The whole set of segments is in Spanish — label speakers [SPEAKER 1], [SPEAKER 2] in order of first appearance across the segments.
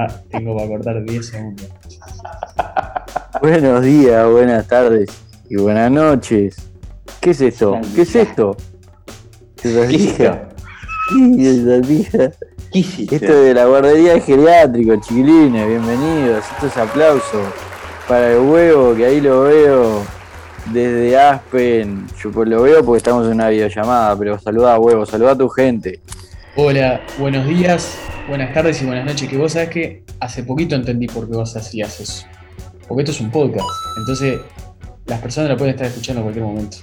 [SPEAKER 1] pará, tengo para cortar 10 segundos.
[SPEAKER 2] Buenos días, buenas tardes y buenas noches. ¿Qué es esto? ¿Qué es esto?
[SPEAKER 3] ¿Qué hiciste?
[SPEAKER 2] Salvija. ¿Qué es salvija?
[SPEAKER 3] ¿Qué hiciste?
[SPEAKER 2] Esto es de la guardería de geriátrico, chiquilines, bienvenidos. Estos aplausos para el huevo, que ahí lo veo desde Aspen. Yo pues lo veo porque estamos en una videollamada, pero saludá huevo, saludá a tu gente.
[SPEAKER 1] Hola, buenos días, buenas tardes y buenas noches. Que vos sabés que hace poquito entendí por qué vos hacías eso. Porque esto es un podcast, entonces las personas lo pueden estar escuchando en cualquier momento.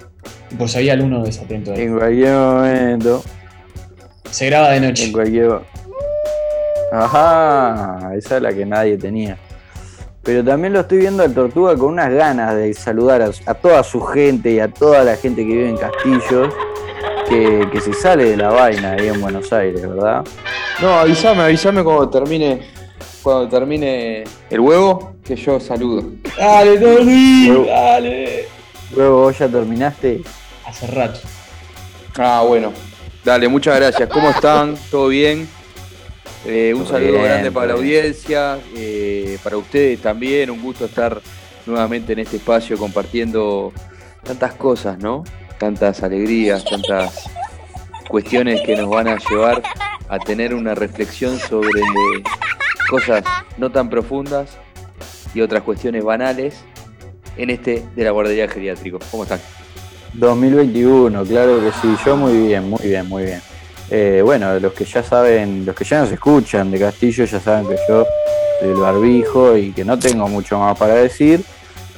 [SPEAKER 1] Y por si había alguno desatento. ahí.
[SPEAKER 2] En cualquier momento,
[SPEAKER 1] Se graba de noche.
[SPEAKER 2] en cualquier... Ajá, esa es la que nadie tenía. Pero también lo estoy viendo al Tortuga con unas ganas de saludar a, a toda su gente y a toda la gente que vive en Castillos, que, que se sale de la vaina ahí en Buenos Aires, ¿verdad?
[SPEAKER 3] No, avísame, avísame cuando termine, cuando termine el huevo, que yo saludo.
[SPEAKER 1] Dale, Tony,
[SPEAKER 2] Huevo.
[SPEAKER 1] dale.
[SPEAKER 2] Luego vos ya terminaste.
[SPEAKER 1] Hace rato.
[SPEAKER 3] Ah, bueno. Dale, muchas gracias. ¿Cómo están? ¿Todo bien? Eh, un
[SPEAKER 2] Todo
[SPEAKER 3] saludo
[SPEAKER 2] bien,
[SPEAKER 3] grande para la
[SPEAKER 2] todo bien.
[SPEAKER 3] audiencia, eh, para ustedes también. Un gusto estar nuevamente en este espacio compartiendo tantas cosas, ¿no? Tantas alegrías, tantas cuestiones que nos van a llevar a tener una reflexión sobre cosas no tan profundas y otras cuestiones banales en este de la guardería geriátrico. ¿Cómo están?
[SPEAKER 2] 2021, claro que sí, yo muy bien, muy bien, muy bien. Eh, bueno, los que ya saben, los que ya nos escuchan de Castillo, ya saben que yo soy el barbijo y que no tengo mucho más para decir.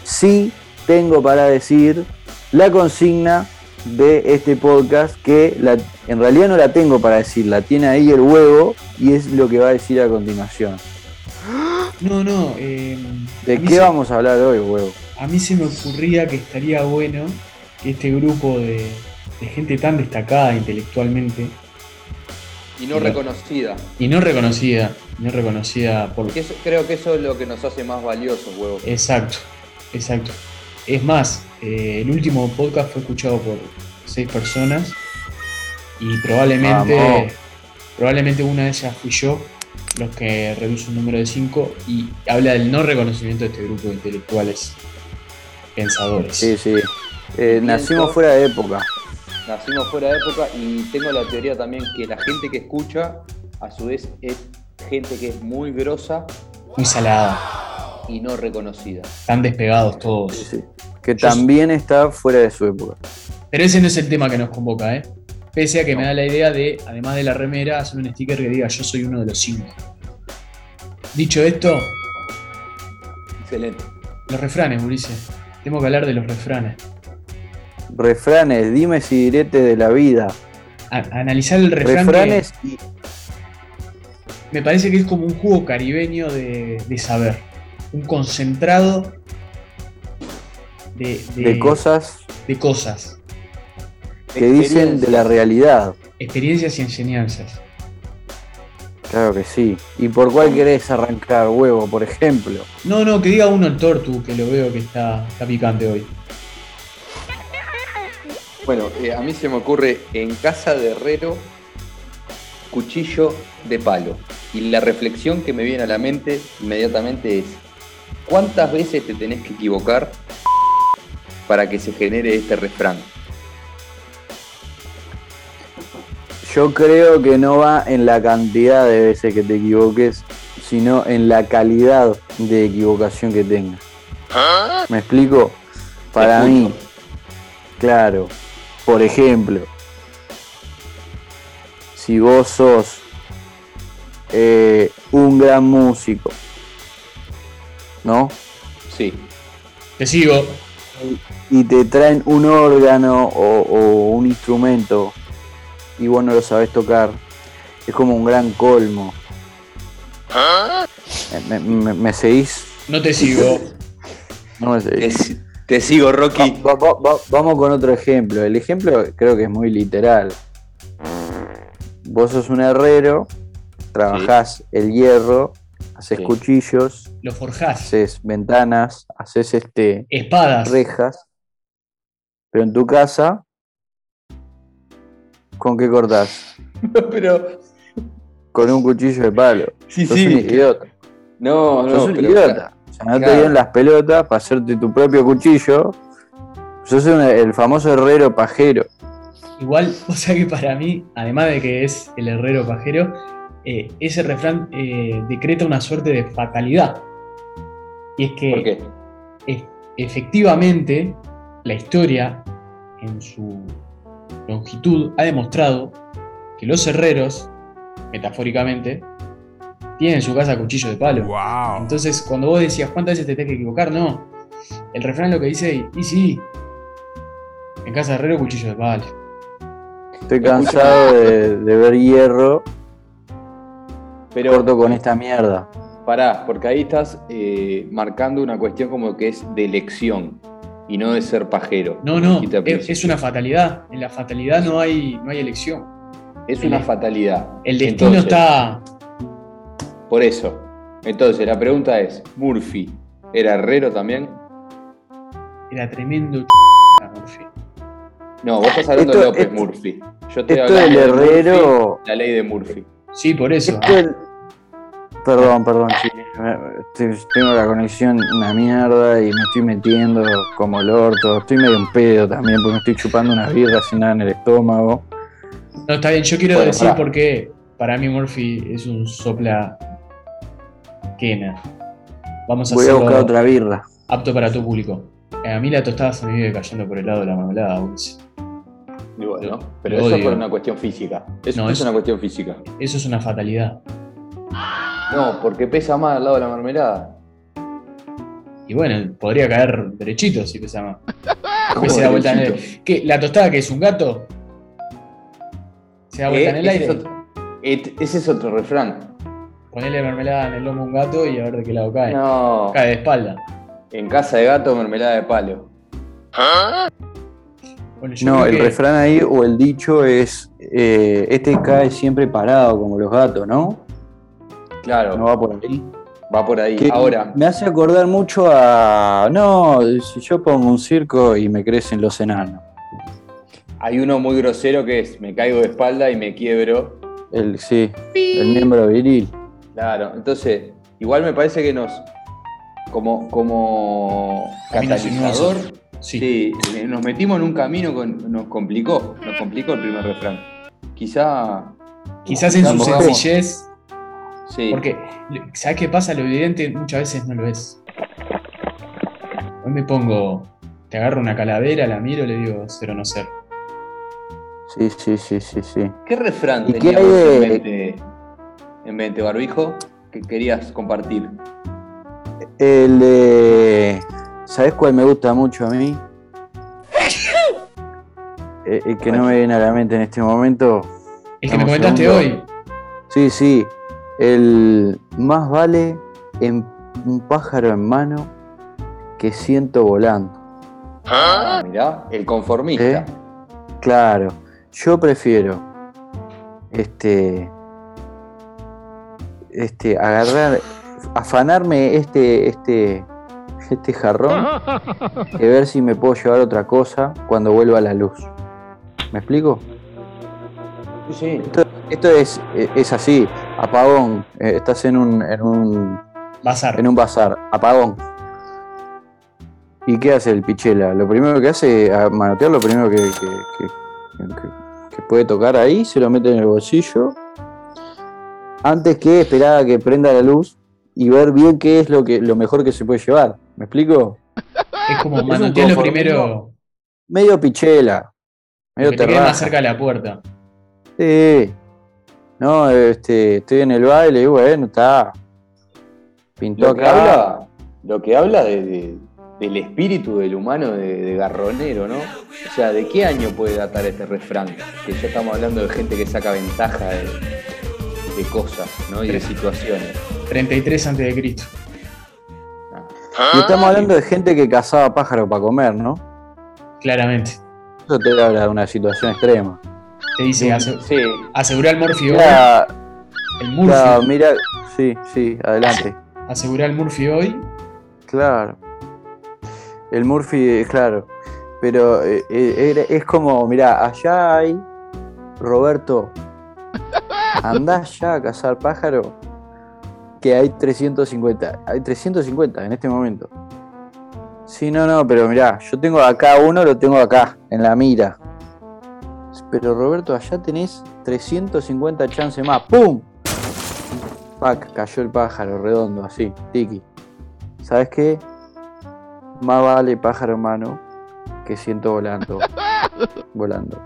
[SPEAKER 2] Sí tengo para decir la consigna de este podcast, que la- en realidad no la tengo para decir, la tiene ahí el huevo y es lo que va a decir a continuación.
[SPEAKER 1] No, no. eh, a
[SPEAKER 2] ¿De
[SPEAKER 1] mí
[SPEAKER 2] qué
[SPEAKER 1] se-
[SPEAKER 2] vamos a hablar hoy, huevo?
[SPEAKER 1] A mí se me ocurría que estaría bueno que este grupo de, de gente tan destacada intelectualmente
[SPEAKER 3] Y no reconocida.
[SPEAKER 1] y no reconocida, no reconocida por...
[SPEAKER 3] Que eso- creo que eso es lo que nos hace más valiosos, huevo.
[SPEAKER 1] Eh. Exacto, exacto. Es más, eh, el último podcast fue escuchado por seis personas y probablemente,
[SPEAKER 2] Vamos.
[SPEAKER 1] probablemente una de ellas fui yo, los que reduce un número de cinco y habla del no reconocimiento de este grupo de intelectuales pensadores.
[SPEAKER 2] Sí, sí. Eh, nacimos fuera de época.
[SPEAKER 3] Nacimos fuera de época y tengo la teoría también que la gente que escucha, a su vez, es gente que es muy grosa
[SPEAKER 1] Muy salada,
[SPEAKER 3] y no reconocida.
[SPEAKER 1] están despegados todos.
[SPEAKER 2] Sí, sí. Que
[SPEAKER 1] Yo-
[SPEAKER 2] también está fuera de su época.
[SPEAKER 1] Pero ese no es el tema que nos convoca, ¿eh? Pese a que me da la idea de, además de la remera, hacer un sticker que diga yo soy uno de los cinco. Dicho esto,
[SPEAKER 3] Excelente.
[SPEAKER 1] los refranes, Ulises. Tengo que hablar de los refranes.
[SPEAKER 2] Refranes, dimes y diretes de la vida.
[SPEAKER 1] A- analizar el refrán que
[SPEAKER 2] Refranes y
[SPEAKER 1] me parece que es como un jugo caribeño de, de saber. Un concentrado de, de-
[SPEAKER 2] de cosas
[SPEAKER 1] de cosas,
[SPEAKER 2] que dicen de la realidad.
[SPEAKER 1] experiencias y enseñanzas.
[SPEAKER 2] Claro que sí. ¿Y por cuál querés arrancar huevo, por ejemplo?
[SPEAKER 1] No, no, que diga uno el tortu, que lo veo que está, está picante hoy.
[SPEAKER 3] Bueno, eh, a mí se me ocurre en casa de herrero, cuchillo de palo. Y la reflexión que me viene a la mente inmediatamente es, ¿cuántas veces te tenés que equivocar para que se genere este refrán?
[SPEAKER 2] Yo creo que no va en la cantidad de veces que te equivoques, sino en la calidad de equivocación que tengas. ¿Me explico? Para
[SPEAKER 3] ¿Ah? Te
[SPEAKER 2] mí,
[SPEAKER 3] escucho.
[SPEAKER 2] claro, por ejemplo, si vos sos eh, un gran músico, ¿no?
[SPEAKER 3] Sí.
[SPEAKER 1] Te sigo.
[SPEAKER 2] y te traen un órgano o, o un instrumento y vos no lo sabés tocar, es como un gran colmo. ¿Me, me- me seguís?
[SPEAKER 1] No te sigo.
[SPEAKER 2] No me
[SPEAKER 3] Te,
[SPEAKER 2] seguís.
[SPEAKER 3] si- te sigo, Rocky.
[SPEAKER 2] Va- va- va- vamos con otro ejemplo. El ejemplo creo que es muy literal. Vos sos un herrero, trabajás el hierro, haces
[SPEAKER 3] Sí.
[SPEAKER 2] cuchillos,
[SPEAKER 1] Lo forjás.
[SPEAKER 2] haces ventanas, haces este,
[SPEAKER 1] Espadas.
[SPEAKER 2] rejas, pero en tu casa, ¿con qué cortás?
[SPEAKER 3] Pero,
[SPEAKER 2] Con un cuchillo de palo.
[SPEAKER 3] sí,
[SPEAKER 2] Sos un
[SPEAKER 3] sí.
[SPEAKER 2] idiota.
[SPEAKER 3] No, no,
[SPEAKER 2] Sos un
[SPEAKER 3] pero
[SPEAKER 2] idiota. O sea, no te
[SPEAKER 3] claro.
[SPEAKER 2] dieron las pelotas para hacerte tu propio cuchillo. Sos un- el famoso herrero pajero.
[SPEAKER 1] Igual, o sea que para mí, además de que es el herrero pajero, eh, ese refrán eh, decreta una suerte de fatalidad. Y es que
[SPEAKER 3] ¿Por qué?
[SPEAKER 1] e- efectivamente la historia en su longitud ha demostrado que los herreros, metafóricamente, tienen en su casa cuchillo de palo.
[SPEAKER 4] Wow.
[SPEAKER 1] Entonces, cuando vos decías cuántas veces te tenés que equivocar, no. El refrán lo que dice, y, y sí, en casa de herrero cuchillo de palo.
[SPEAKER 2] Estoy cansado de, de ver hierro.
[SPEAKER 3] Pero
[SPEAKER 2] Corto con esta mierda.
[SPEAKER 3] pará, porque ahí estás eh, marcando una cuestión como que es de elección y no de ser pajero.
[SPEAKER 1] No, no,
[SPEAKER 3] Dijiste al
[SPEAKER 1] es,
[SPEAKER 3] principio.
[SPEAKER 1] es una fatalidad. En la fatalidad no hay, no hay elección.
[SPEAKER 3] Es una
[SPEAKER 1] el-
[SPEAKER 3] fatalidad.
[SPEAKER 1] El destino
[SPEAKER 3] Entonces,
[SPEAKER 1] está.
[SPEAKER 3] Por eso. Entonces, la pregunta es: ¿Murphy era herrero también?
[SPEAKER 1] Era tremendo. ch- Murphy.
[SPEAKER 3] No, vos estás hablando
[SPEAKER 2] Esto-
[SPEAKER 3] de López
[SPEAKER 2] esto-
[SPEAKER 3] Murphy. Yo estoy
[SPEAKER 2] Esto del
[SPEAKER 3] hablando de Murphy,
[SPEAKER 2] herrero.
[SPEAKER 3] la ley de Murphy.
[SPEAKER 1] Sí, por eso. ¿ah?
[SPEAKER 2] Esto del- Ah. Perdón, perdón, sí, me- estoy- Tengo la conexión una mierda y me estoy metiendo como el orto. Estoy medio un pedo también porque me estoy chupando unas birras sin nada en el estómago.
[SPEAKER 1] No, está bien. Yo quiero
[SPEAKER 2] Bueno,
[SPEAKER 1] decir
[SPEAKER 2] pará.
[SPEAKER 1] por qué para mí Murphy es un sopla. quena. Vamos a
[SPEAKER 2] Voy a
[SPEAKER 1] hacerlo
[SPEAKER 2] buscar otra birra.
[SPEAKER 1] apto para tu público. Eh, A mí la tostada se me vive cayendo por el lado de la mermelada dulce.
[SPEAKER 3] Y bueno, pero
[SPEAKER 1] Lo
[SPEAKER 3] eso es
[SPEAKER 1] odio.
[SPEAKER 3] por una cuestión física. Eso
[SPEAKER 1] No,
[SPEAKER 3] es
[SPEAKER 1] es-
[SPEAKER 3] una cuestión física.
[SPEAKER 1] Eso es una fatalidad.
[SPEAKER 3] No, porque pesa más al lado de la mermelada.
[SPEAKER 1] Y bueno, podría caer derechito si pesa más. Que se da vuelta en el aire. ¿Qué? ¿La tostada que es un gato? Se da vuelta
[SPEAKER 3] Eh,
[SPEAKER 1] en el
[SPEAKER 3] ese es
[SPEAKER 1] aire.
[SPEAKER 3] otro- et- Ese es otro refrán.
[SPEAKER 1] Ponele mermelada en el lomo a un gato y a ver de qué lado cae.
[SPEAKER 3] No.
[SPEAKER 1] Cae de espalda.
[SPEAKER 3] En casa de gato, mermelada de palo.
[SPEAKER 1] Bueno, yo
[SPEAKER 2] No,
[SPEAKER 1] creo
[SPEAKER 2] el
[SPEAKER 1] que-
[SPEAKER 2] refrán ahí o el dicho es: eh, Este cae siempre parado como los gatos, ¿no?
[SPEAKER 3] Claro,
[SPEAKER 2] No va por ahí.
[SPEAKER 3] va por ahí.
[SPEAKER 2] Que
[SPEAKER 3] Ahora,
[SPEAKER 2] Me hace acordar mucho a. No, si yo pongo un circo y me crecen los enanos.
[SPEAKER 3] hay uno muy grosero que es, me caigo de espalda y me quiebro.
[SPEAKER 2] El, sí, el miembro viril.
[SPEAKER 3] Claro, entonces, igual me parece que nos, como, como
[SPEAKER 1] Camino
[SPEAKER 3] catalizador,
[SPEAKER 1] sinuoso. Sí.
[SPEAKER 3] sí, eh, nos metimos en un camino que nos complicó, nos complicó el primer refrán. Quizá,
[SPEAKER 1] Quizás en su
[SPEAKER 3] Vamos, vamos.
[SPEAKER 1] sencillez.
[SPEAKER 3] sí,
[SPEAKER 1] Porque, ¿sabes qué pasa? Lo evidente muchas veces no lo es. Hoy me pongo. Te agarro una calavera, la miro y le digo cero no ser.
[SPEAKER 2] Sí, sí, sí, sí, sí.
[SPEAKER 3] ¿qué refrán
[SPEAKER 2] ¿Y qué
[SPEAKER 3] tenías
[SPEAKER 2] hay
[SPEAKER 3] en
[SPEAKER 2] de-
[SPEAKER 3] mente, en mente, Barbijo, que querías compartir?
[SPEAKER 2] El de. ¿Sabes cuál me gusta mucho a mí? Eh, El que no me viene a la mente en este momento.
[SPEAKER 1] El que me
[SPEAKER 2] Dame un
[SPEAKER 1] comentaste hoy.
[SPEAKER 2] segundo. Sí, sí. El más vale en un pájaro en mano que ciento volando.
[SPEAKER 3] Ah, mirá, el conformista.
[SPEAKER 2] ¿Eh? Claro, yo prefiero este este agarrar afanarme este este este jarrón que ver si me puedo llevar otra cosa cuando vuelva a la luz. ¿Me explico?
[SPEAKER 3] Sí,
[SPEAKER 2] Esto es eh, es así, apagón, eh, estás en un en un
[SPEAKER 1] Bazar.
[SPEAKER 2] en un bazar, apagón. ¿Y qué hace el Pichela? Lo primero que hace, a manotear, lo primero que, que- que- que- que puede tocar ahí, se lo mete en el bolsillo. Antes que esperar a que prenda la luz y ver bien qué es lo, que, lo mejor que se puede llevar. ¿Me explico?
[SPEAKER 1] Es como
[SPEAKER 2] un
[SPEAKER 1] manotear lo
[SPEAKER 2] conformismo.
[SPEAKER 1] primero.
[SPEAKER 2] Medio Pichela,
[SPEAKER 1] Que
[SPEAKER 2] medio
[SPEAKER 1] te quede más
[SPEAKER 2] terraza.
[SPEAKER 1] cerca de la puerta.
[SPEAKER 2] Sí. No, este, estoy en el baile y bueno, está. Pintó
[SPEAKER 3] lo que
[SPEAKER 2] acá.
[SPEAKER 3] habla, lo que habla de- de- del espíritu del humano de, de garronero, ¿no? O sea, ¿de qué año puede datar este refrán? Que ya estamos hablando de gente que saca ventaja de, de cosas, ¿no? Y de situaciones.
[SPEAKER 1] 33 antes de Cristo.
[SPEAKER 2] Y estamos hablando de gente que cazaba pájaros para comer, ¿no?
[SPEAKER 1] Claramente.
[SPEAKER 2] Eso te habla de una situación extrema.
[SPEAKER 1] Te dice ase-
[SPEAKER 3] Sí,
[SPEAKER 1] asegurar el Murphy hoy.
[SPEAKER 2] Mira,
[SPEAKER 1] El
[SPEAKER 2] claro,
[SPEAKER 1] Murphy.
[SPEAKER 2] mira, sí, sí, adelante.
[SPEAKER 1] Asegurar el Murphy hoy.
[SPEAKER 2] Claro. El Murphy, eh, claro. Pero eh, eh, era- es como, mira, allá hay Roberto. Andá ya a cazar pájaro. que hay 350. Hay 350 en este momento. Sí, no, no, pero mirá, yo tengo acá uno, lo tengo acá, en la mira. Pero Roberto, allá tenés 350 chances más. ¡Pum! Pac, cayó el pájaro redondo, así, tiki. ¿Sabes qué? Más vale pájaro hermano que siento volando. volando.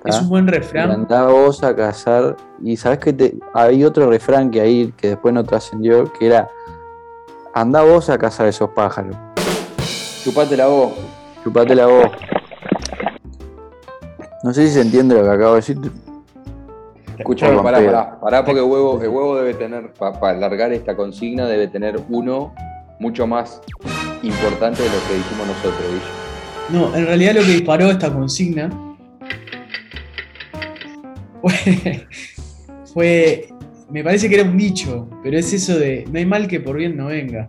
[SPEAKER 2] ¿Tá?
[SPEAKER 1] Es un buen refrán.
[SPEAKER 2] Andá vos a cazar. Y sabes que te- hay otro refrán que ahí que después no trascendió, que era andá vos a cazar esos pájaros.
[SPEAKER 3] Chupate la voz.
[SPEAKER 2] Chupate la voz. No sé si se entiende lo que acabo de decir.
[SPEAKER 3] Escuchame,
[SPEAKER 2] Por
[SPEAKER 3] pará,
[SPEAKER 2] vampiro.
[SPEAKER 3] pará. Pará porque el huevo, el huevo debe tener, para alargar esta consigna, debe tener uno mucho más importante de lo que dijimos nosotros, Guille.
[SPEAKER 1] No, en realidad lo que disparó esta consigna fue, fue- Me parece que era un dicho, pero es eso de no hay mal que por bien no venga.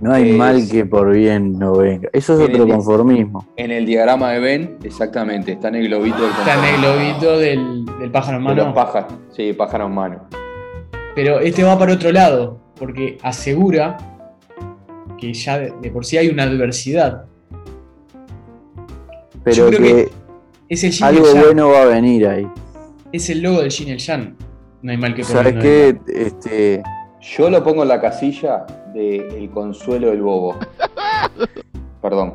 [SPEAKER 2] No hay
[SPEAKER 3] Es-
[SPEAKER 2] mal que por bien no venga. Eso es
[SPEAKER 3] Tiene
[SPEAKER 2] otro
[SPEAKER 3] diez.
[SPEAKER 2] conformismo.
[SPEAKER 3] En el diagrama de Ben, exactamente, está en el globito del
[SPEAKER 1] Está en el
[SPEAKER 3] control.
[SPEAKER 1] globito del, del pájaro en
[SPEAKER 3] De los
[SPEAKER 1] mano.
[SPEAKER 3] pájaros. Sí, pájaro en mano.
[SPEAKER 1] Pero este va para otro lado, porque asegura que ya de, de por sí hay una adversidad.
[SPEAKER 2] Pero
[SPEAKER 1] creo
[SPEAKER 2] que,
[SPEAKER 1] Es el yin y el
[SPEAKER 2] algo
[SPEAKER 1] yang,
[SPEAKER 2] bueno va a venir ahí.
[SPEAKER 1] es el logo del yin y el yang. No hay mal que por
[SPEAKER 2] ¿Sabes
[SPEAKER 1] bien no venga.
[SPEAKER 2] qué? Este,
[SPEAKER 3] Yo lo pongo en la casilla de El consuelo del bobo. Perdón.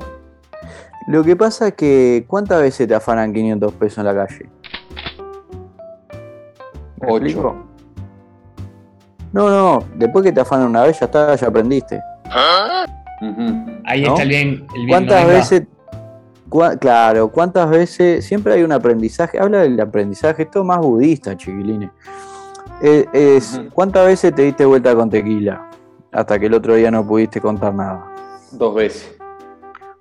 [SPEAKER 2] lo que pasa es que, ¿cuántas veces te afanan 500 pesos en la calle? ¿Me
[SPEAKER 3] Ocho.
[SPEAKER 2] explico? No, no, después que te afanan una vez, ya está, ya aprendiste.
[SPEAKER 3] Ujú.
[SPEAKER 1] Ahí
[SPEAKER 2] ¿no?
[SPEAKER 1] está el bien. El bien no
[SPEAKER 2] ¿Cuántas
[SPEAKER 1] venga.
[SPEAKER 2] veces? cua- claro, ¿cuántas veces? Siempre hay un aprendizaje. Habla del aprendizaje, esto es más budista, chiquilines. Eh, es,
[SPEAKER 3] Ujú.
[SPEAKER 2] ¿Cuántas veces te diste vuelta con tequila? Hasta que el otro día no pudiste contar nada.
[SPEAKER 3] Dos veces.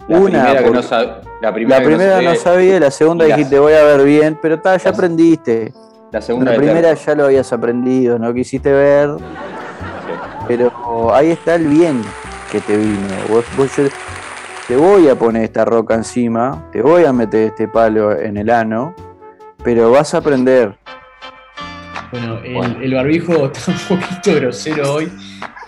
[SPEAKER 3] La
[SPEAKER 2] Una,
[SPEAKER 3] primera que
[SPEAKER 2] porque-
[SPEAKER 3] no sab- La primera,
[SPEAKER 2] La
[SPEAKER 3] que no
[SPEAKER 2] primera
[SPEAKER 3] sabía-
[SPEAKER 2] no sabía, la segunda
[SPEAKER 3] y la-
[SPEAKER 2] dijiste voy a ver bien, pero ta, ya
[SPEAKER 3] la-
[SPEAKER 2] aprendiste.
[SPEAKER 3] La segunda
[SPEAKER 2] La
[SPEAKER 3] de
[SPEAKER 2] primera
[SPEAKER 3] tercero.
[SPEAKER 2] ya lo habías aprendido, no quisiste ver. Pero ahí está el bien que te vino. Vos- vos- yo te voy a poner esta roca encima, te voy a meter este palo en el ano, pero vas a aprender.
[SPEAKER 1] Bueno, el,
[SPEAKER 3] Bueno.
[SPEAKER 1] el barbijo está un poquito grosero hoy.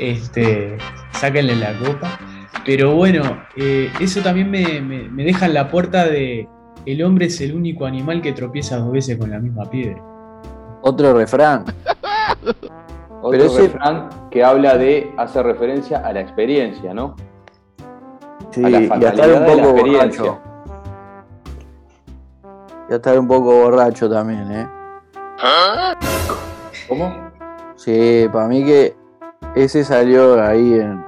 [SPEAKER 1] Este, sáquenle la copa. Pero bueno, eh, eso también me, me- me deja en la puerta de el hombre es el único animal que tropieza dos veces con la misma piedra.
[SPEAKER 2] Otro refrán.
[SPEAKER 3] Otro
[SPEAKER 2] pero ese-
[SPEAKER 3] refrán que habla de, hace referencia a la experiencia, ¿no?
[SPEAKER 2] Sí,
[SPEAKER 3] a la
[SPEAKER 2] y a estar
[SPEAKER 3] fatalidad
[SPEAKER 2] un
[SPEAKER 3] de la
[SPEAKER 2] poco
[SPEAKER 3] experiencia.
[SPEAKER 2] borracho. Y a estar un poco borracho también, ¿eh?
[SPEAKER 3] ¿Cómo?
[SPEAKER 2] Sí, para mí que ese salió ahí en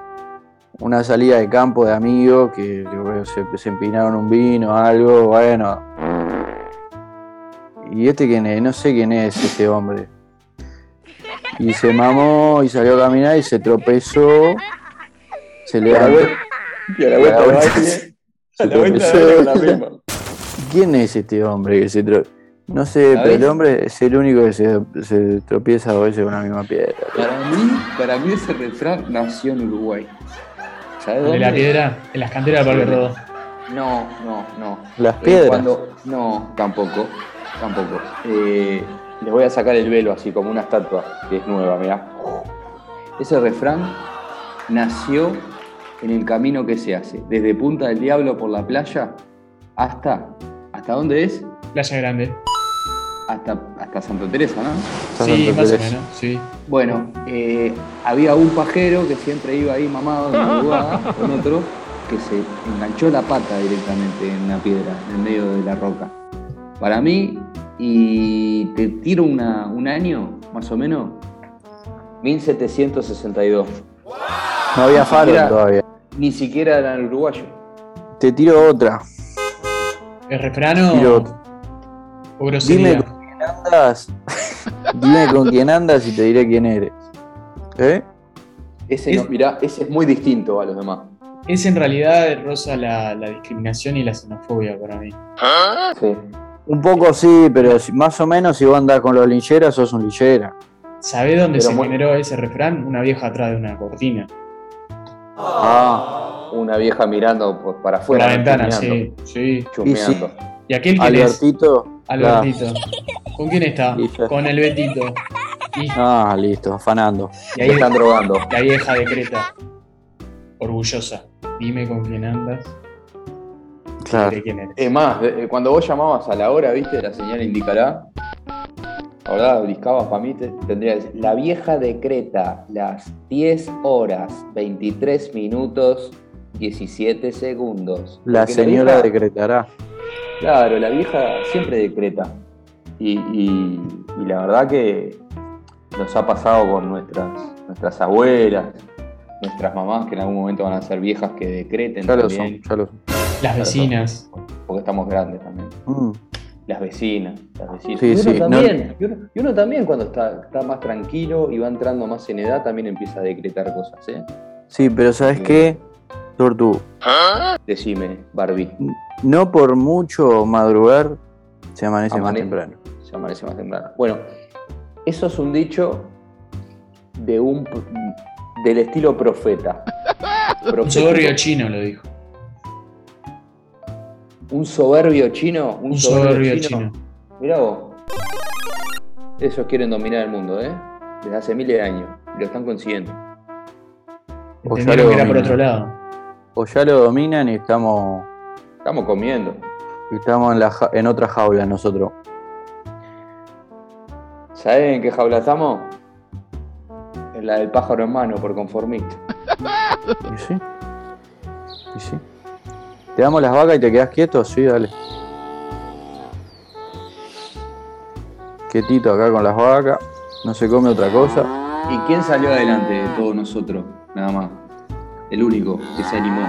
[SPEAKER 2] una salida de campo de amigos que bueno, se, se empinaron un vino o algo, bueno. Y este quién es, no sé quién es este hombre. Y se mamó y salió a caminar y se tropezó. Se levantó.
[SPEAKER 3] Y a la
[SPEAKER 2] vuelta del
[SPEAKER 3] baile.
[SPEAKER 2] a la vuelta del baile la misma. ¿Quién es este hombre que se tropezó? No sé,
[SPEAKER 3] ¿La
[SPEAKER 2] pero el
[SPEAKER 3] ves?
[SPEAKER 2] hombre es el único que se, se tropieza dos veces con la misma piedra.
[SPEAKER 3] Para mí, para mí ese refrán nació en Uruguay. ¿Sabes
[SPEAKER 1] De
[SPEAKER 3] dónde?
[SPEAKER 1] la piedra, en las canteras del Parque Rodó.
[SPEAKER 3] No, no, no.
[SPEAKER 2] Las
[SPEAKER 3] Eh,
[SPEAKER 2] piedras.
[SPEAKER 3] cuando- no, tampoco, tampoco. Eh, les voy a sacar el velo así como una estatua que es nueva, mirá. Ese refrán nació en el camino que se hace, desde Punta del Diablo por la playa hasta, ¿hasta dónde es?
[SPEAKER 1] Playa Grande.
[SPEAKER 3] Hasta, hasta Santa Teresa, ¿no?
[SPEAKER 1] Sí,
[SPEAKER 2] Santa
[SPEAKER 1] más o
[SPEAKER 2] Teresa.
[SPEAKER 1] menos, sí.
[SPEAKER 3] Bueno, eh, había un pajero que siempre iba ahí mamado de madrugada con otro que se enganchó la pata directamente en una piedra, en el medio de la roca. Para mí, y te tiro una- un año, más o menos, 1762.
[SPEAKER 2] No había faro
[SPEAKER 3] Mira.
[SPEAKER 2] todavía.
[SPEAKER 3] Ni siquiera eran uruguayos.
[SPEAKER 2] Te tiro otra.
[SPEAKER 1] ¿El refrano
[SPEAKER 2] Tiro
[SPEAKER 1] o,
[SPEAKER 2] otra.
[SPEAKER 1] o grosería?
[SPEAKER 2] Dime con quién andas. Dime con quién andas y te diré quién eres. ¿Eh?
[SPEAKER 3] Ese,
[SPEAKER 1] Es-
[SPEAKER 3] no, mirá, ese es muy distinto a los demás.
[SPEAKER 1] Es en realidad rosa la, la discriminación y la xenofobia para mí. Ah.
[SPEAKER 3] Sí.
[SPEAKER 2] Un poco sí, pero si- más o menos si vos andás con los lincheras, sos un linchera.
[SPEAKER 1] ¿Sabés dónde
[SPEAKER 3] Pero
[SPEAKER 1] se
[SPEAKER 3] muy-
[SPEAKER 1] generó ese refrán? Una vieja atrás de una cortina.
[SPEAKER 3] Ah, una vieja mirando pues, para
[SPEAKER 1] Por
[SPEAKER 3] afuera.
[SPEAKER 1] la ventana,
[SPEAKER 3] chusmeando,
[SPEAKER 1] sí, sí.
[SPEAKER 3] chusmeando.
[SPEAKER 1] ¿Y aquel quién es?
[SPEAKER 2] Albertito.
[SPEAKER 1] Albertito. ¿Con quién está?
[SPEAKER 2] Y ya.
[SPEAKER 1] Con el Betito. Y
[SPEAKER 2] Ah, listo, afanando.
[SPEAKER 1] y
[SPEAKER 3] Ahí
[SPEAKER 1] ahí
[SPEAKER 3] están drogando.
[SPEAKER 1] la vieja decreta, orgullosa, dime con quién andas,
[SPEAKER 2] Claro.
[SPEAKER 1] de quién eres.
[SPEAKER 3] Es más, de- eh, cuando vos llamabas a la hora, ¿viste? La señal indicará. La verdad, briscabas para mí, te- tendría que decir, La vieja decreta las 10 horas, 23 minutos, 17 segundos.
[SPEAKER 2] La
[SPEAKER 3] Porque
[SPEAKER 2] señora
[SPEAKER 3] vieja-
[SPEAKER 2] decretará.
[SPEAKER 3] Claro, la vieja siempre decreta. Y, y- y la verdad que nos ha pasado con nuestras, nuestras abuelas, nuestras mamás, que en algún momento van a ser viejas que decreten
[SPEAKER 2] Ya lo son,
[SPEAKER 3] también,
[SPEAKER 2] ya lo son.
[SPEAKER 1] Las vecinas,
[SPEAKER 3] porque estamos grandes también.
[SPEAKER 2] Mm.
[SPEAKER 3] Las vecinas, las vecinas.
[SPEAKER 2] Sí,
[SPEAKER 3] y uno
[SPEAKER 2] sí, no-
[SPEAKER 3] también, y uno, y uno también cuando está, está más tranquilo y va entrando más en edad, también empieza a decretar cosas, ¿eh?
[SPEAKER 2] Sí, pero ¿sabes qué? Tortu,
[SPEAKER 3] Decime, Barbie,
[SPEAKER 2] no por mucho madrugar se amanece más
[SPEAKER 3] Amane-
[SPEAKER 2] temprano.
[SPEAKER 3] se amanece más temprano. Bueno, eso es un dicho de un del estilo profeta.
[SPEAKER 1] un soberbio chino lo dijo,
[SPEAKER 3] Un soberbio chino. Un,
[SPEAKER 1] un soberbio chino.
[SPEAKER 3] Mirá vos. Esos quieren dominar el mundo, ¿eh? Desde hace miles de años. y Lo están consiguiendo.
[SPEAKER 2] O ya
[SPEAKER 1] Entendieron
[SPEAKER 2] lo
[SPEAKER 1] que era por
[SPEAKER 2] dominan.
[SPEAKER 1] otro lado.
[SPEAKER 2] O ya lo dominan y estamos,
[SPEAKER 3] Estamos comiendo.
[SPEAKER 2] y estamos en, la ja- en otra jaula nosotros.
[SPEAKER 3] ¿Saben en qué jaula estamos? En la del pájaro en mano, por conformista.
[SPEAKER 2] ¿Y sí? ¿Y sí? ¿Te damos las vacas y te quedas quieto? Sí, dale. Quietito acá con las vacas. No se come otra cosa.
[SPEAKER 3] ¿Y quién salió adelante de todos nosotros? Nada más. El único que se animó.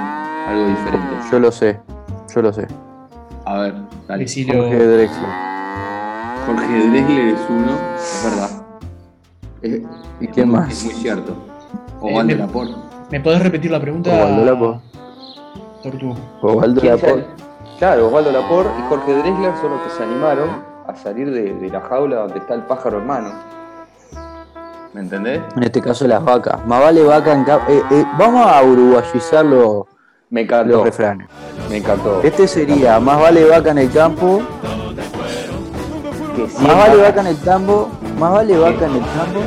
[SPEAKER 3] Algo diferente.
[SPEAKER 2] Yo lo sé. Yo lo sé.
[SPEAKER 3] A ver, dale.
[SPEAKER 1] Decilo-
[SPEAKER 2] Jorge Drexler.
[SPEAKER 3] Jorge Dresler es uno, es verdad. Es-
[SPEAKER 2] ¿Y
[SPEAKER 3] es
[SPEAKER 2] quién
[SPEAKER 3] muy-
[SPEAKER 2] más?
[SPEAKER 3] Es muy cierto.
[SPEAKER 1] Eh,
[SPEAKER 3] Osvaldo
[SPEAKER 1] me-
[SPEAKER 3] Laporte.
[SPEAKER 1] ¿Me podés repetir la pregunta?
[SPEAKER 2] Osvaldo Lapo.
[SPEAKER 1] Tortu.
[SPEAKER 2] Osvaldo
[SPEAKER 3] ¿Quién
[SPEAKER 2] Laporte.
[SPEAKER 3] sal- Claro, Osvaldo Laporte y Jorge Dresler son los que se animaron a salir de, de la jaula donde está el pájaro hermano. ¿Me entendés?
[SPEAKER 2] En este caso las vacas. Más vale vaca en ca- eh, eh, Vamos a uruguayizar los,
[SPEAKER 3] Me
[SPEAKER 2] los
[SPEAKER 3] encantó.
[SPEAKER 2] refranes.
[SPEAKER 3] Me encantó.
[SPEAKER 2] Este sería, más vale vaca en el campo.
[SPEAKER 3] Que 100
[SPEAKER 2] Más vale
[SPEAKER 3] vacas
[SPEAKER 2] vaca en el campo. Más vale vaca en el campo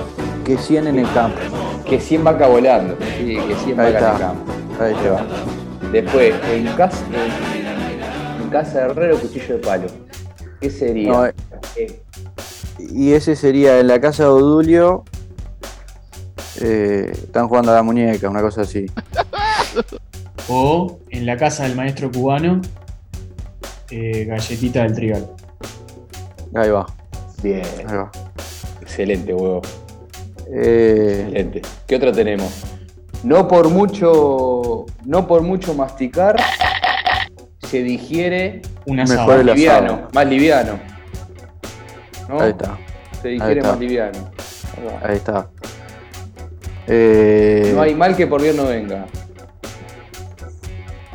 [SPEAKER 2] que 100 en el campo.
[SPEAKER 3] que 100 vacas volando. Sí, que 100
[SPEAKER 2] Ahí
[SPEAKER 3] vacas en el
[SPEAKER 2] está.
[SPEAKER 3] campo.
[SPEAKER 2] Ahí te va.
[SPEAKER 3] Después, en casa, en, en casa de Herrero, cuchillo de palo. ¿Qué sería?
[SPEAKER 2] No, eh.
[SPEAKER 3] Eh,
[SPEAKER 2] Y ese sería en la casa de Odulio. eh, están jugando a la muñeca, una cosa así.
[SPEAKER 1] O en la casa del maestro cubano, eh, galletita del trigal.
[SPEAKER 2] Ahí va,
[SPEAKER 3] bien,
[SPEAKER 2] ahí va.
[SPEAKER 3] excelente huevo.
[SPEAKER 2] Eh,
[SPEAKER 3] Excelente. ¿Qué otra tenemos? No por mucho, no por mucho masticar, se digiere
[SPEAKER 1] Una
[SPEAKER 2] Mejor
[SPEAKER 1] asado.
[SPEAKER 2] el-
[SPEAKER 3] más liviano,
[SPEAKER 2] asado.
[SPEAKER 3] más liviano. ¿No?
[SPEAKER 2] ahí está,
[SPEAKER 3] Se digiere
[SPEAKER 2] está.
[SPEAKER 3] más liviano. Ahí va.
[SPEAKER 2] ahí está. Eh,
[SPEAKER 3] No hay mal que por bien no venga.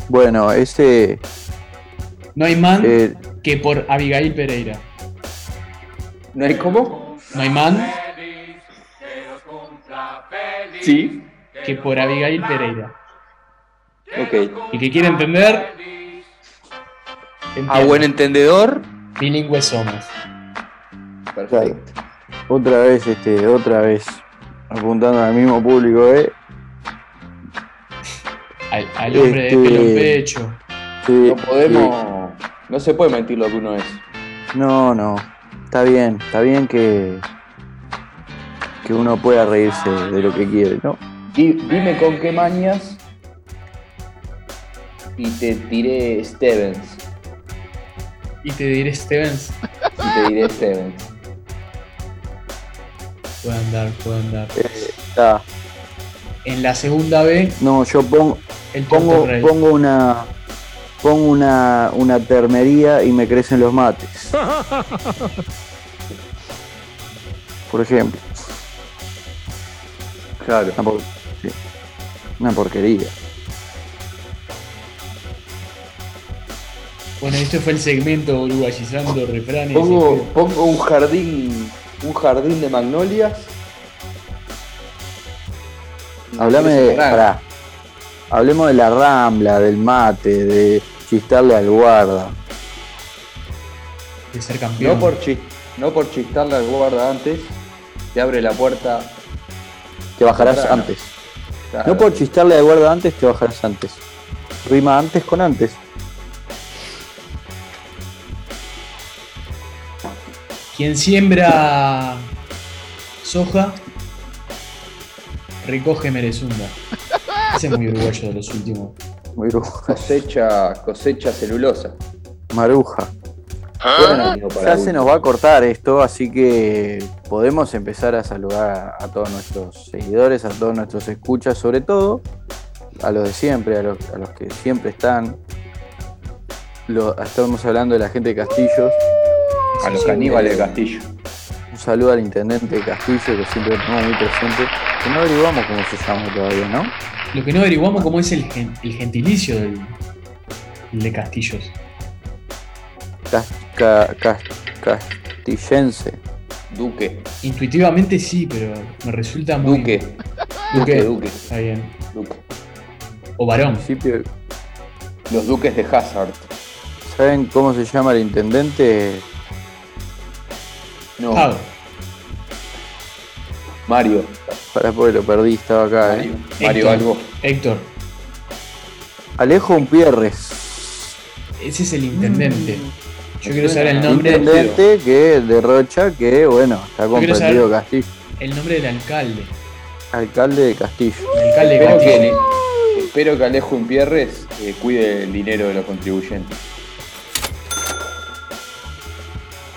[SPEAKER 2] Bueno, ese.
[SPEAKER 1] No hay man
[SPEAKER 2] eh,
[SPEAKER 1] que por Abigail Pereira.
[SPEAKER 3] ¿No hay cómo?
[SPEAKER 1] No hay man
[SPEAKER 3] Sí.
[SPEAKER 1] que por Abigail Pereira.
[SPEAKER 3] Ok.
[SPEAKER 1] Y que quiere
[SPEAKER 2] Ah,
[SPEAKER 1] entender.
[SPEAKER 3] A
[SPEAKER 1] entiende.
[SPEAKER 3] buen entendedor.
[SPEAKER 1] Bilingües somos.
[SPEAKER 3] Perfecto.
[SPEAKER 2] otra vez, este, otra vez. Apuntando al mismo público, ¿eh?
[SPEAKER 1] Al, al hombre de
[SPEAKER 2] Este-
[SPEAKER 1] pelo en pecho.
[SPEAKER 2] Sí,
[SPEAKER 3] No podemos. No se puede mentir lo que uno es.
[SPEAKER 2] sí. No, no. Está bien, está bien que. Que uno pueda reírse de lo que quiere, ¿no?
[SPEAKER 3] Di- dime con qué mañas y te diré Stevens.
[SPEAKER 1] Y te diré, Stevens,
[SPEAKER 3] Y te diré Stevens.
[SPEAKER 1] puede andar, puede andar.
[SPEAKER 2] Eh, Está.
[SPEAKER 1] En la segunda B,
[SPEAKER 2] No, yo pongo.
[SPEAKER 1] el Torto
[SPEAKER 2] Pongo,
[SPEAKER 1] Rey.
[SPEAKER 2] pongo una pongo una, una termería y me crecen los mates. Por ejemplo,
[SPEAKER 3] Claro.
[SPEAKER 2] una, por- sí. Una porquería.
[SPEAKER 1] Bueno, este fue el segmento uruguayizando refranes.
[SPEAKER 3] Pongo, pongo un jardín. Un jardín de magnolias.
[SPEAKER 2] Hablame de.
[SPEAKER 3] Pará.
[SPEAKER 2] pará. hablemos de la rambla, del mate, de chistarle al guarda.
[SPEAKER 1] este, de ser campeón.
[SPEAKER 3] No por, chis- no por chistarle al guarda antes, te abre la puerta.
[SPEAKER 2] Te bajarás
[SPEAKER 3] Claro.
[SPEAKER 2] antes.
[SPEAKER 3] claro.
[SPEAKER 2] No por chistarle de guarda antes, te bajarás antes. Rima antes con antes.
[SPEAKER 1] Quien siembra soja, recoge merezumba. Ese es muy uruguayo de los últimos.
[SPEAKER 2] Muy bruja.
[SPEAKER 3] cosecha, cosecha celulosa.
[SPEAKER 2] Maruja. Ah.
[SPEAKER 3] Bueno, amigo, para
[SPEAKER 2] Ya se
[SPEAKER 3] adultos.
[SPEAKER 2] nos va a cortar esto, así que podemos empezar a saludar a, a todos nuestros seguidores, a todos nuestros escuchas, sobre todo a los de siempre, a los, a los que siempre están. Lo- estamos hablando de la gente de Castillos.
[SPEAKER 3] A los
[SPEAKER 2] Sí,
[SPEAKER 3] caníbales
[SPEAKER 2] eh,
[SPEAKER 3] de Castillo.
[SPEAKER 2] Un saludo al intendente de Castillo, que siempre estuvo muy presente. Que no averiguamos cómo se llama todavía, ¿no?
[SPEAKER 1] Lo que no averiguamos cómo es el, gen- el gentilicio del, el de Castillos.
[SPEAKER 2] Cas- ca- cas- castillense.
[SPEAKER 3] Duque,
[SPEAKER 1] Intuitivamente sí, pero me resulta muy.
[SPEAKER 3] Duque,
[SPEAKER 1] Duque.
[SPEAKER 3] Duque, Duque,
[SPEAKER 1] Está bien.
[SPEAKER 3] Duque.
[SPEAKER 1] O varón.
[SPEAKER 2] Municipio de
[SPEAKER 3] Los duques de Hazard.
[SPEAKER 2] ¿Saben cómo se llama el intendente?
[SPEAKER 3] No,
[SPEAKER 1] Jao.
[SPEAKER 3] Mario.
[SPEAKER 2] Para porque lo perdí, estaba acá. ¿eh?
[SPEAKER 3] Mario, Mario
[SPEAKER 1] Héctor.
[SPEAKER 3] algo.
[SPEAKER 1] Héctor.
[SPEAKER 2] Alejo Umpierres.
[SPEAKER 1] Ese es el intendente. Yo quiero saber el nombre,
[SPEAKER 2] Intendente que de Rocha, que bueno, está
[SPEAKER 1] quiero
[SPEAKER 2] comprendido Castillo.
[SPEAKER 1] el nombre del alcalde.
[SPEAKER 2] Alcalde de Castillo.
[SPEAKER 1] El alcalde de
[SPEAKER 3] Espero
[SPEAKER 1] Castillos.
[SPEAKER 3] que, espero que Alejo Impierres eh, cuide el dinero de los contribuyentes.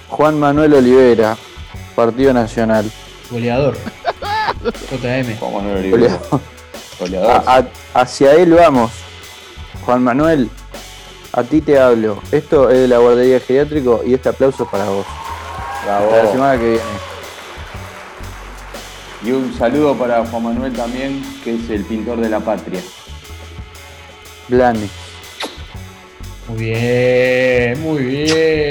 [SPEAKER 2] Juan Manuel Olivera, Partido Nacional.
[SPEAKER 1] Goleador. JM.
[SPEAKER 3] Juan Manuel Olivera. Goleador.
[SPEAKER 2] A- a- hacia él vamos. Juan Manuel, a ti te hablo. Esto es de la guardería geriátrico y este aplauso es para vos.
[SPEAKER 3] Bravo.
[SPEAKER 2] Hasta ah. la semana que viene.
[SPEAKER 3] Y un saludo para Juan Manuel también, que es el pintor de la patria.
[SPEAKER 2] Blanes.
[SPEAKER 1] Muy bien, muy bien.